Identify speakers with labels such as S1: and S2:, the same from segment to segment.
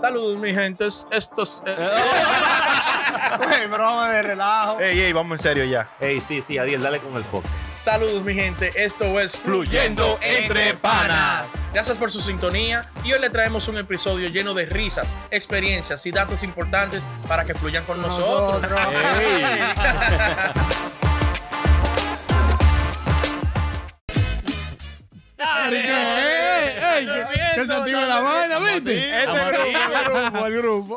S1: Saludos, mi gentes. Estos. eh,
S2: Güey, broma de relajo.
S3: Ey, ey, vamos en serio ya.
S4: Ey, sí, sí, Adiel, dale con el podcast.
S1: Saludos, mi gente. Esto es
S3: Fluyendo Entre Panas.
S1: Gracias por su sintonía y hoy le traemos un episodio lleno de risas, experiencias y datos importantes para que fluyan con nosotros.
S2: Nosotros.
S5: ¡Ey! ¡Ey! ¡Qué sentido de la vaina, viste!
S3: Este
S2: grupo, el grupo.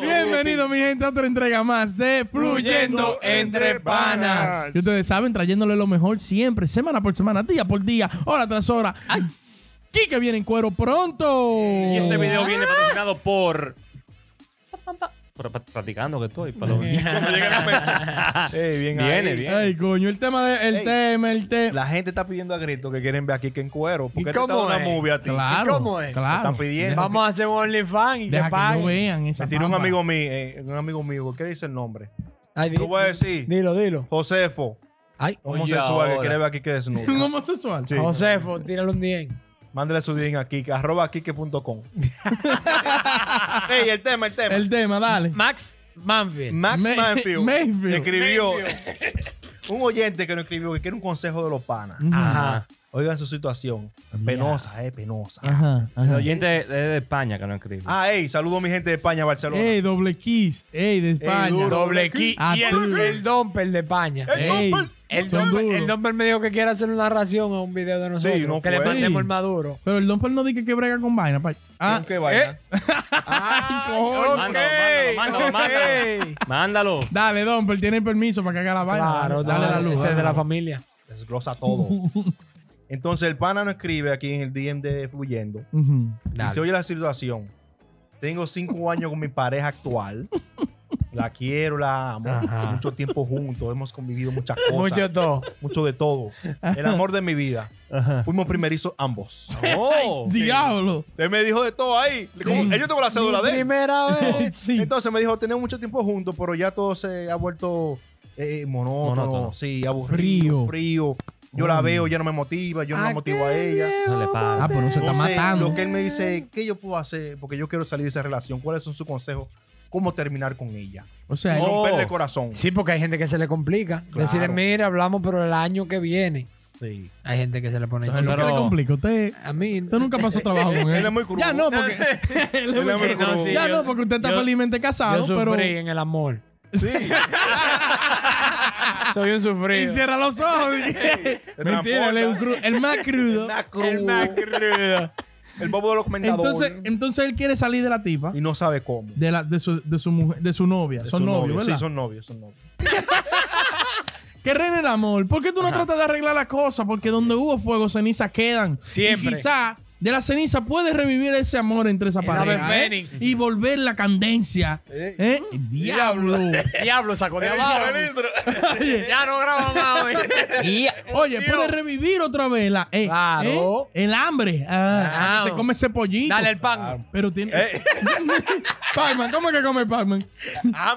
S5: Bienvenido, mi gente, a otra entrega más de Fluyendo Entre Panas. Y ustedes saben, trayéndole lo mejor siempre, semana por semana, día por día, hora tras hora. ¡Ay! Kike viene en cuero pronto. Ah.
S4: Y este video viene patrocinado por. Por pa- practicando que estoy, palo.
S3: Ey, bien
S4: Viene,
S3: ahí.
S4: viene.
S5: Ay, coño, el tema de, el
S3: Ey.
S5: tema, el tema.
S3: La gente está pidiendo a grito que quieren ver aquí que en cuero.
S2: ¿Y
S3: Porque te está
S2: cómo
S3: dando una
S2: es?
S3: movie a ti.
S5: Claro.
S2: cómo es?
S5: Claro.
S3: Están pidiendo.
S5: Deja
S2: Vamos a hacer un OnlyFans y que
S5: que- Deja que no
S2: paguen.
S5: vean esa
S3: Me tiró un
S5: pampa.
S3: amigo mío, eh, un amigo mío, ¿qué dice el nombre?
S2: Ay,
S3: Lo voy a decir.
S2: Dilo, dilo.
S3: Josefo.
S2: Ay.
S3: Homosexual
S4: Oye,
S3: que quiere
S4: ahora.
S3: ver aquí que
S5: ¿Un
S3: desnudo.
S5: homosexual?
S3: Sí.
S2: Josefo, tírale un 10.
S3: Mándale su DM a Kike, arroba kike.com. Ey, el tema, el tema.
S5: El tema, dale.
S2: Max Manfield.
S3: Max
S5: May-
S3: Manfield,
S5: Mayfield.
S3: escribió un oyente que nos escribió que quiere un consejo de los panas.
S4: Ajá.
S3: Oigan su situación. Penosa, eh, penosa.
S5: Ajá.
S4: El
S5: ajá.
S4: oyente de, de España que no escribe.
S3: Ah, ey, saludo a mi gente de España, Barcelona.
S5: Ey, doble kiss. Ey, de España.
S3: duro.
S2: Doble key.
S5: Ah,
S2: Y
S5: tú.
S2: el, el Domper de España.
S3: Ey,
S5: Ey,
S3: compa.
S2: El
S5: son
S2: Domper,
S5: duros.
S2: el Domper me dijo que quiere hacer una narración a un video de nosotros.
S3: Sí, no
S2: que le
S3: fue.
S2: mandemos
S5: Sí.
S2: el maduro.
S5: Pero el Domper no dice que brega con vaina, pa. Ah,
S3: ¿Con qué vaina? Ay,
S2: Ok.
S4: Mándalo, mándalo, mándalo, mándalo. Mándalo.
S5: dale, Domper, tiene permiso para que haga la vaina.
S2: Claro,
S5: dale la luz.
S2: Ese es de
S5: dale la
S2: la
S5: luz.
S2: familia.
S3: Desglosa todo. Entonces el pana no escribe aquí en el DM de Fluyendo.
S5: Ujú.
S3: Dice, oye la situación. Tengo cinco años con mi pareja actual. La quiero, la amo.
S4: Ajá.
S3: Mucho tiempo juntos. Hemos convivido muchas cosas.
S2: Mucho todo.
S3: mucho de todo. El amor de mi vida. Fuimos primerizos ambos.
S4: Oh.
S5: Diablo.
S3: Él me dijo de todo ahí. Como- eh, yo tengo la cédula de él.
S2: Primera vez.
S5: Sí.
S3: Entonces me dijo, tenemos mucho tiempo juntos, pero ya todo se ha vuelto eh, monótono,
S4: Monótono.
S3: Sí, aburrido.
S5: Frío.
S3: Frío. Yo la veo, ya no me motiva,
S6: Ah,
S3: yo no la motivo a ella.
S4: No le paga.
S5: Ah, pero no se está
S3: Entonces,
S5: matando.
S3: lo que él me dice, ¿qué yo puedo hacer? Porque yo quiero salir de esa relación. ¿Cuáles son sus consejos? ¿Cómo terminar con ella?
S5: O sea,
S4: No.
S3: Romperle el corazón.
S2: Sí, porque hay gente que se le complica.
S3: Claro.
S2: Decirle, mira, hablamos, pero el año que viene.
S3: Sí.
S2: Hay gente que se le pone
S3: Entonces,
S2: chido.
S5: ¿qué le complica? Usted,
S2: A mí.
S5: usted nunca pasó trabajo con él.
S3: Él es muy crudo.
S5: Ya no, porque,
S3: Él es muy
S2: Eh, no,
S3: crudo.
S2: sí.
S5: ya
S2: yo-
S5: no, porque usted está
S2: yo-
S5: felizmente casado,
S2: Yo
S5: pero.
S2: sufrí en el amor.
S3: Sí.
S2: Soy un
S5: Y
S2: sufrido.
S5: cierra los ojos. dije. Mentira, él es un crudo. El más crudo.
S3: El más crudo. El bobo de los comentadores.
S5: Entonces, entonces él quiere salir de la tipa,
S3: y no sabe cómo.
S5: de, la, de, su, de su mujer, de su novia.
S3: Es
S5: son
S3: su
S5: novios,
S3: novio.
S5: ¿verdad?
S3: Sí, son novios, son novios.
S5: Que reine el amor. ¿Por qué tú no tratas de arreglar las cosas? Porque donde hubo fuego, cenizas quedan.
S2: Siempre.
S5: Y quizá de la ceniza puede revivir ese amor entre esa
S2: El ave
S5: pareja. ¿eh?
S2: fénix.
S5: Y volver la candencia.
S3: Eh.
S5: ¿Eh? Diablo.
S2: Diablo, sacó de abajo. Ya no graba más, güey.
S5: Oye, puede revivir otra vez la, eh,
S2: Claro.
S5: eh, el hambre. Ah,
S2: Claro.
S5: Se come ese pollito.
S2: Dale el pan.
S5: Pero tiene.
S6: Eh.
S5: Pac-Man, ¿cómo que come Pac-Man?
S6: Ah,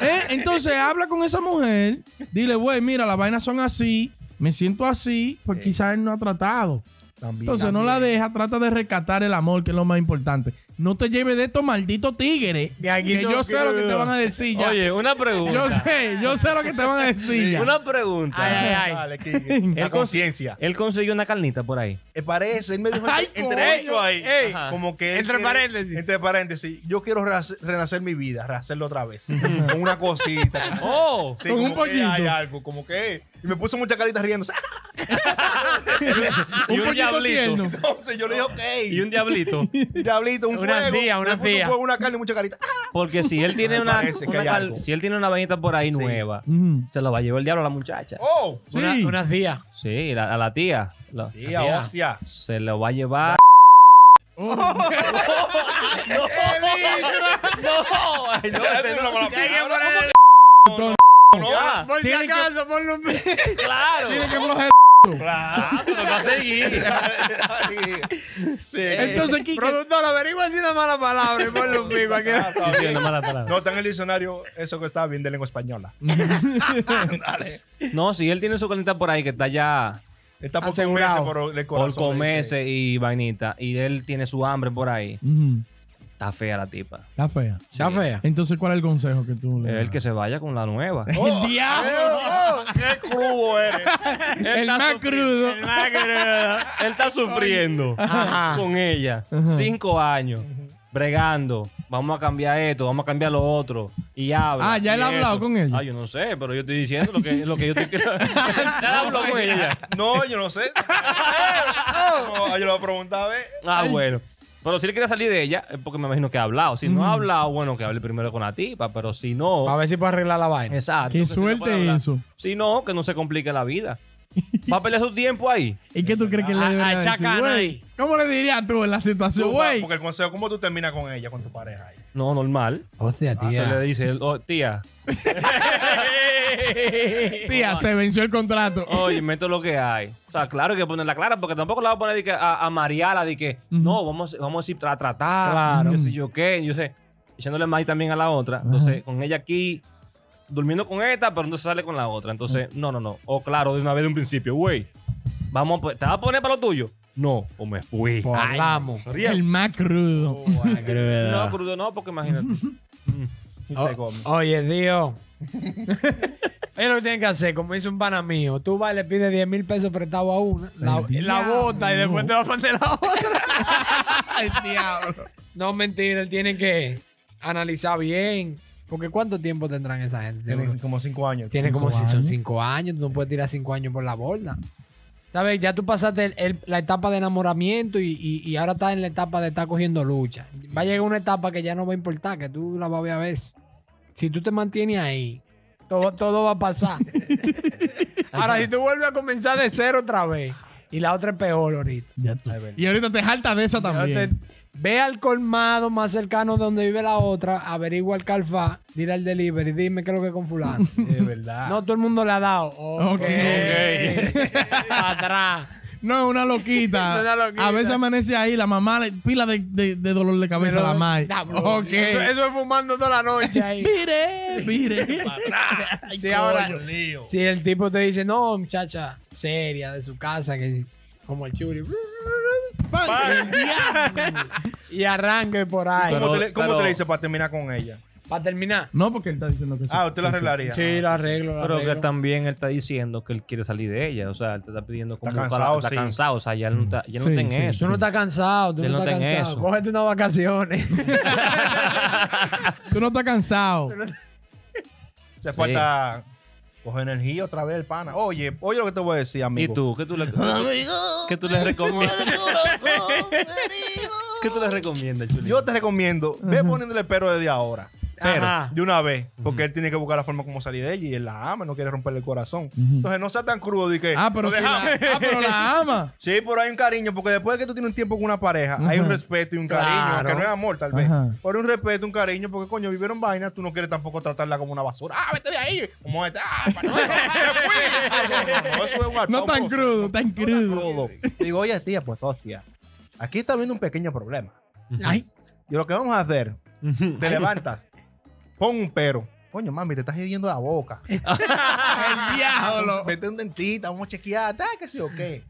S5: Eh, Entonces habla con esa mujer. Dile, güey, mira, las vainas son así. Me siento así. Pues quizás él no ha tratado.
S3: También.
S5: Entonces no la deja, trata de rescatar el amor, que es lo más importante. No te lleves de estos malditos tigres.
S2: De aquí
S5: Que
S2: yo
S5: yo sé lo que
S2: creo.
S5: te van a decir ya.
S4: Oye, una pregunta.
S5: yo sé, yo sé lo que te van a decir ya.
S4: Una pregunta.
S3: Dale, Kike.
S4: Él
S3: La
S4: cons-
S3: conciencia.
S4: Él consiguió una carnita por ahí.
S3: Eh, parece, él me dijo
S5: Ay,
S3: entre,
S5: coño,
S3: entre ellos ahí,
S2: ey.
S3: Ajá. como que él
S2: Entre
S3: quiere-
S2: paréntesis.
S3: Eh, entre paréntesis, yo quiero rehacer, renacer mi vida, rehacerlo otra vez, con una cosita,
S4: Oh.
S3: Sí,
S5: Con un
S3: como que
S5: pollito.
S3: hay algo, como que eh, y me puso muchas caritas riéndose.
S4: Y un
S5: poquito
S4: diablito.
S5: tierno.
S3: Entonces yo le dije, ok,
S4: Y un diablito.
S3: diablito, un
S2: Una
S3: fuego,
S2: tía, una
S3: le puso un
S2: tía.
S3: fuego, una carne, y mucha carita. Ah,
S4: Porque si él tiene
S3: Me
S4: una,
S3: parece que
S4: una
S3: hay
S4: cal-
S3: algo.
S4: si él tiene una vainita por ahí
S3: Sí.
S4: nueva,
S5: Mm.
S4: se la va a llevar el diablo a la muchacha.
S3: Oh,
S5: Sí.
S2: Una- unas días.
S4: Sí, la- a la tía. La-
S3: tía,
S2: tía.
S3: hostia.
S4: se lo va a llevar.
S5: Oh.
S4: ¡No! Ay, no,
S3: Ese no lo conozco.
S4: ya.
S2: Por
S5: Tiene que-
S2: ponlo un
S4: ¡Claro!
S5: Tiene que flojear.
S4: ¡Claro! lo va a seguir.
S5: Entonces, Kike,
S2: Productor, averigua si una mala palabra y ponle un pico aquí.
S3: Ah, está
S4: Sí, sí,
S3: bien.
S4: una mala palabra.
S3: No, está en el diccionario eso que está bien de lengua española.
S4: No, si él tiene su carnita por ahí que está ya
S3: Él está por
S6: Asegurado.
S3: comerse, pero
S4: Por
S3: el corazón. le dice-
S4: comerse y vainita. Y él tiene su hambre por ahí.
S5: Ujú.
S4: Está fea la tipa.
S5: Está fea.
S6: Está fea.
S5: Entonces, ¿cuál es el consejo que tú le das?
S4: El que se vaya con la nueva.
S5: ¡El diablo!
S3: ¡Oh! ¡Qué crudo eres!
S4: Él
S5: El
S4: está
S5: más
S4: sufriendo.
S5: crudo.
S4: Él está sufriendo
S6: Ajá.
S4: con ella.
S5: Ajá.
S4: Cinco años. Bregando. Vamos a cambiar esto, vamos a cambiar lo otro. Y habla.
S5: Ah, ¿ya
S4: y
S5: él ha
S4: esto.
S5: hablado con ella?
S4: Ah, yo no sé, pero yo estoy diciendo lo que, lo que yo te quiero. ya habló con ella.
S3: No, yo no sé. No, yo lo eh. voy a preguntar a ver.
S4: Ah, bueno. Pero si él quiere salir de ella, es porque me imagino que ha hablado. Si no ha hablado, bueno, que hable primero con la tipa, pero si
S6: A
S4: no.
S6: ver si puedo arreglar la vaina.
S4: Exacto.
S5: Qué
S4: que si no puede
S5: suerte
S4: hablar.
S5: eso.
S4: Si no, que no se complique la vida. Va a perder su tiempo ahí.
S5: ¿Y qué tú crees que le
S2: A- a
S5: debería decir,
S2: Chacana
S5: güey?
S2: ahí.
S5: ¿Cómo le dirías tú en la situación,
S3: Tú,
S5: güey?
S3: Porque el consejo, ¿cómo tú terminas con ella, con tu pareja? ahí?
S4: No, normal.
S6: Hostia,
S4: Ah, Se le dice, oh, tía,
S5: Tía, se venció el contrato.
S4: oye, meto lo que hay. O sea, claro que ponerla clara, porque tampoco la voy a poner de que a, a marearla de que, no, vamos, vamos a ir a tratar.
S6: Claro.
S4: Yo sé yo qué, yo sé. Echándole más también a la otra. Entonces, con ella aquí, durmiendo con esta, pero entonces sale con la otra. Entonces, no, no, no. O claro, de una vez de un principio, güey. Vamos, a po- ¿te vas a poner para lo tuyo? No, o me fui.
S6: Hablamos.
S5: el más crudo.
S3: Oh, my God.
S4: No, crudo no, porque imagínate. Mm.
S6: O- oye, Dios. Es lo que tienen que hacer, como dice un pana mío. Tú vas y le pides 10 mil pesos prestado a una, la,
S5: El
S6: la
S5: diablo.
S6: bota y después te va a poner la otra.
S5: El diablo.
S6: No, mentira, él tiene que analizar bien. Porque ¿cuánto tiempo tendrán esa gente?
S3: Tiene como cinco años.
S6: oh. Tiene como
S5: Cinco
S6: si son
S5: años.
S6: cinco años, tú no puedes tirar cinco años por la borda. ¿Sabes? Ya tú pasaste el- el- la etapa de enamoramiento y, y- y ahora estás en la etapa de estar cogiendo lucha. Va a llegar una etapa que ya no va a importar, que tú la vas a ver a veces. Si tú te mantienes ahí, todo, todo va a pasar. ahora, si tú vuelves a comenzar de cero otra vez, y la otra es peor ahorita.
S5: Ya tú.
S3: Es verdad.
S5: Y ahorita te jaltas de esa
S6: Entonces,
S5: también.
S6: ve al colmado más cercano de donde vive la otra, averigua el calfá, dile al delivery, dime qué es lo que con fulano.
S3: Es verdad.
S5: Ah.
S6: No, todo el mundo le ha dado. Ok.
S5: Ok.
S6: Atrás.
S5: No, es una loquita.
S6: Una loquita.
S5: A veces amanece ahí la mamá, le- pila de, de- de dolor de cabeza a la madre.
S6: Diablo.
S5: Ok.
S6: Eso, eso es fumando toda la noche ahí.
S5: Mire, mire.
S6: si, ahora, si el tipo te dice, no, muchacha, seria, de su casa, que como el churi.
S5: El diablo.
S6: Y arranque por ahí.
S4: Pero-
S3: ¿Cómo, te, le- cómo
S4: pero-
S3: te le dice para terminar con ella?
S6: Para terminar.
S5: No, porque él está diciendo que
S3: Ah, usted lo arreglaría.
S6: Sí, lo arreglo. Lo
S4: Pero que
S6: arreglo.
S4: también él está diciendo que él quiere salir de ella. O sea, él te está pidiendo como
S3: Está
S4: para-
S3: cansado,
S4: está
S3: sí.
S4: cansado. O sea, ya él no está, ya él no
S5: Sí,
S4: está en
S5: sí,
S6: Tú
S4: eso.
S6: no estás cansado, tú
S4: Yo no
S6: no estás
S4: tengo
S6: cansado.
S4: eso.
S6: Cógete unas vacaciones.
S5: Tú no estás cansado.
S3: Se falta coger energía otra vez el pana. Oye, oye lo que te voy a decir,
S4: ¿Y
S3: amigo.
S4: tú? ¿Qué tú le, qué tú le recomiendas? ¿Qué tú le recomiendas, Chuli?
S3: Yo te recomiendo, ve poniéndole pero desde ahora.
S4: Pero-
S6: Ajá.
S3: De una vez. Porque él tiene que buscar la forma como salir de ella y él la ama, no quiere romperle el corazón.
S5: Ujú.
S3: Entonces no sea tan crudo y que.
S5: Ah,
S3: "Lo
S5: pero, sí
S3: dejamos".
S5: la, ah, pero la ama.
S3: Sí, pero hay un cariño, porque después de que tú tienes un tiempo con una pareja, hay un
S5: Ajá.
S3: respeto y un cariño,
S6: Claro.
S3: que no es amor tal vez.
S5: Ajá.
S3: Pero un respeto, un cariño, porque coño, vivieron vaina, tú no quieres tampoco tratarla como una basura. Ah, vete de ahí. Como esta. Ah, para- me fui. No, eso es un
S5: No
S3: galpón,
S5: tan
S3: cosa.
S5: crudo, tan
S3: No tan
S5: crudo.
S3: crudo. Digo, oye, tía, pues hostia. Aquí está habiendo un pequeño problema.
S6: Ay,
S3: Y lo que vamos a hacer, te levantas, pon un pero. Coño, mami, te estás hiriendo la boca.
S5: El diablo.
S3: Vete a un dentista, vamos a chequear, tal, que sí o qué.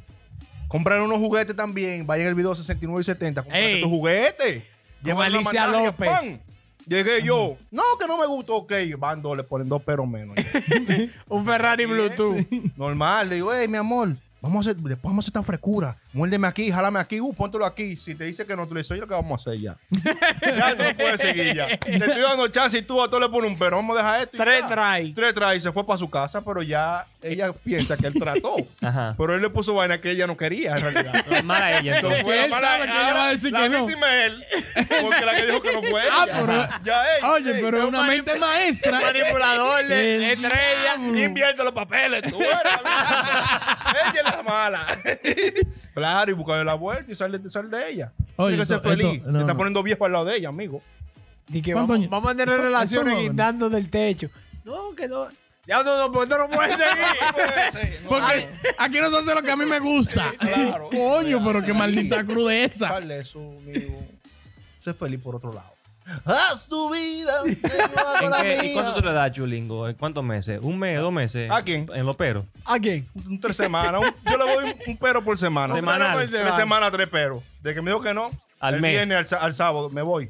S3: Comprar unos juguetes también. Vayan al video 69 y 70. Comprate
S6: Ey.
S3: tu juguete. Lleva la
S6: Alicia
S3: mandaje,
S6: López.
S3: ¡pam! Llegué yo. No, que no me gustó. Ok, van dos, le ponen dos pero menos.
S6: un Ferrari Bluetooth.
S3: Normal. Le digo, hey, mi amor, vamos a hacer, después vamos a hacer esta frescura. Muérdeme aquí, jálame aquí, uh, póntelo aquí. Si te dice que no, tú le dices, oye, lo que vamos a hacer ya. ya tú no puedes seguir ya. Te estoy dando chance y tú a todo le pones un pero. Vamos a dejar esto. y
S6: Tres
S3: ya.
S6: try.
S3: Tres try y se fue para su casa, pero ya ella piensa que él trató.
S4: Ajá.
S3: Pero él le puso vaina que ella no quería, en realidad.
S4: Normal a ella,
S3: Eso
S4: entonces.
S3: fue la
S5: él
S3: mala-
S5: sabe que ella
S3: ahora
S5: va a decir
S3: la
S5: que no.
S3: víctima es él, porque la que dijo que no fue
S5: Ah,
S3: ella.
S5: pero-
S3: Ya, ey,
S5: Oye,
S3: ey,
S5: pero es una mente maestra.
S6: Manipulador de
S5: El
S6: de estrella.
S3: Mm. Invierte los papeles, tú eres la mala. Ella es la mala. claro, y buscarle la vuelta y sal, de- sal de ella.
S5: Oye,
S3: Tiene que ser
S5: esto-
S3: feliz.
S5: esto-
S3: Le
S5: no,
S3: está
S5: no.
S3: poniendo viejo al lado de ella, amigo.
S6: Di que
S5: ¿Cuántos
S6: vamos,
S5: años?
S6: vamos a tener
S5: Eso- eso
S6: relaciones
S5: no, bueno.
S6: guindando del techo. No, que no. Ya no, no, pues esto no puede seguir.
S5: Porque aquí no se hace lo que a mí me gusta.
S3: Claro.
S5: Coño, pero qué maldita crudeza.
S3: Sal de eso, amigo. Sé feliz por otro lado. Haz tu vida. que yo hago
S4: ¿En
S3: la
S4: qué- ¿Y
S3: mía.
S4: cuánto tú le das, Chulingo? ¿En cuántos meses? ¿Un mes, dos meses?
S3: ¿A quién?
S4: En los peros.
S6: ¿A quién?
S3: Un tres semanas. un- yo le doy un, un pero por semana.
S4: Semanal.
S3: Un pero por semana. Tres semanas, tres peros. De que me dijo que no.
S4: Al
S3: el
S4: mes.
S3: viernes, al, sa- al sábado, me voy.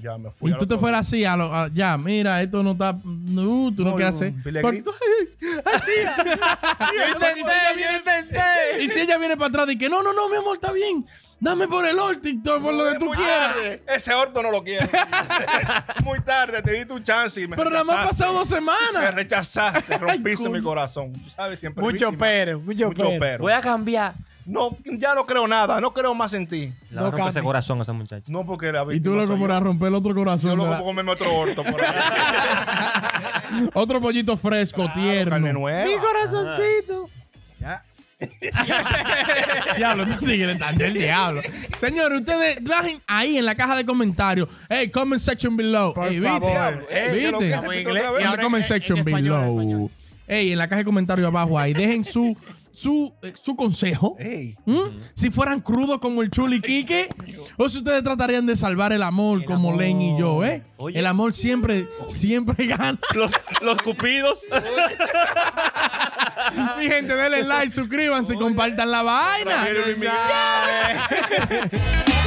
S3: Ya me fui.
S5: Y
S3: al
S5: tú te
S3: otro
S5: fueras así, a lo- a- ya, mira, esto no está. No, tú
S3: día.
S5: no quieres hacer.
S3: Un pile
S5: Por-
S3: grito, "Ay, ay, tía, tía, yo no
S5: Y si ella viene- Y si ella viene para atrás y que no, no, no, mi amor, está bien. Dame por el TikTok, por lo que tú
S3: Muy
S5: quieras.
S3: tarde. Ese orto no lo quiero. Muy tarde, te di tu chance y me
S5: Pero nada más han
S3: rechazaste.
S5: pasado dos
S3: Me
S5: semanas.
S3: rechazaste, rompiste
S5: coño.
S3: mi corazón. Tú sabes, siempre
S6: Mucho
S3: víctima.
S6: pero, mucho,
S3: Mucho
S6: pero.
S3: pero.
S4: Voy a cambiar.
S3: No, ya no creo nada, no creo más en ti.
S4: La
S6: No
S4: no ese
S6: cambia.
S4: corazón a esa muchacha.
S3: No porque la
S5: Y tú
S3: víctima
S5: loco
S3: soy yo.
S5: por romper el otro
S3: Yo
S5: corazón.
S3: loco
S5: de la-
S3: por comerme otro orto por ahí.
S5: Otro pollito fresco,
S3: Carne
S5: tierno.
S3: nueva.
S6: Mi corazoncito.
S3: Ya.
S5: Diablo, estos tigres están del diablo. Señores, ustedes bajen ahí en la caja de comentarios. Hey, comment section below.
S6: Por
S5: Ey, ¿viste?
S6: favor.
S3: Diablo, eh,
S5: ¿Viste?
S3: ¿qué es lo
S5: Como
S3: que haces tú
S2: inglés,
S3: otra
S5: En
S3: vez?
S2: y
S5: la
S2: ahora
S5: comment
S2: en-
S5: section
S2: en español, en
S5: below.
S2: español.
S5: Ey, en la caja de comentarios abajo ahí. Dejen su, su, eh, su consejo.
S3: Ey,
S5: ¿Mm? Si fueran crudos como el Chuli Quique, o si ustedes tratarían de salvar el amor como
S6: amor.
S5: Len y yo, ¿eh?
S4: Oye.
S5: El amor siempre, siempre gana.
S4: Los, los cupidos.
S5: Mi gente, denle like, suscríbanse, compartan la vaina.
S3: Ramiro y Miguel.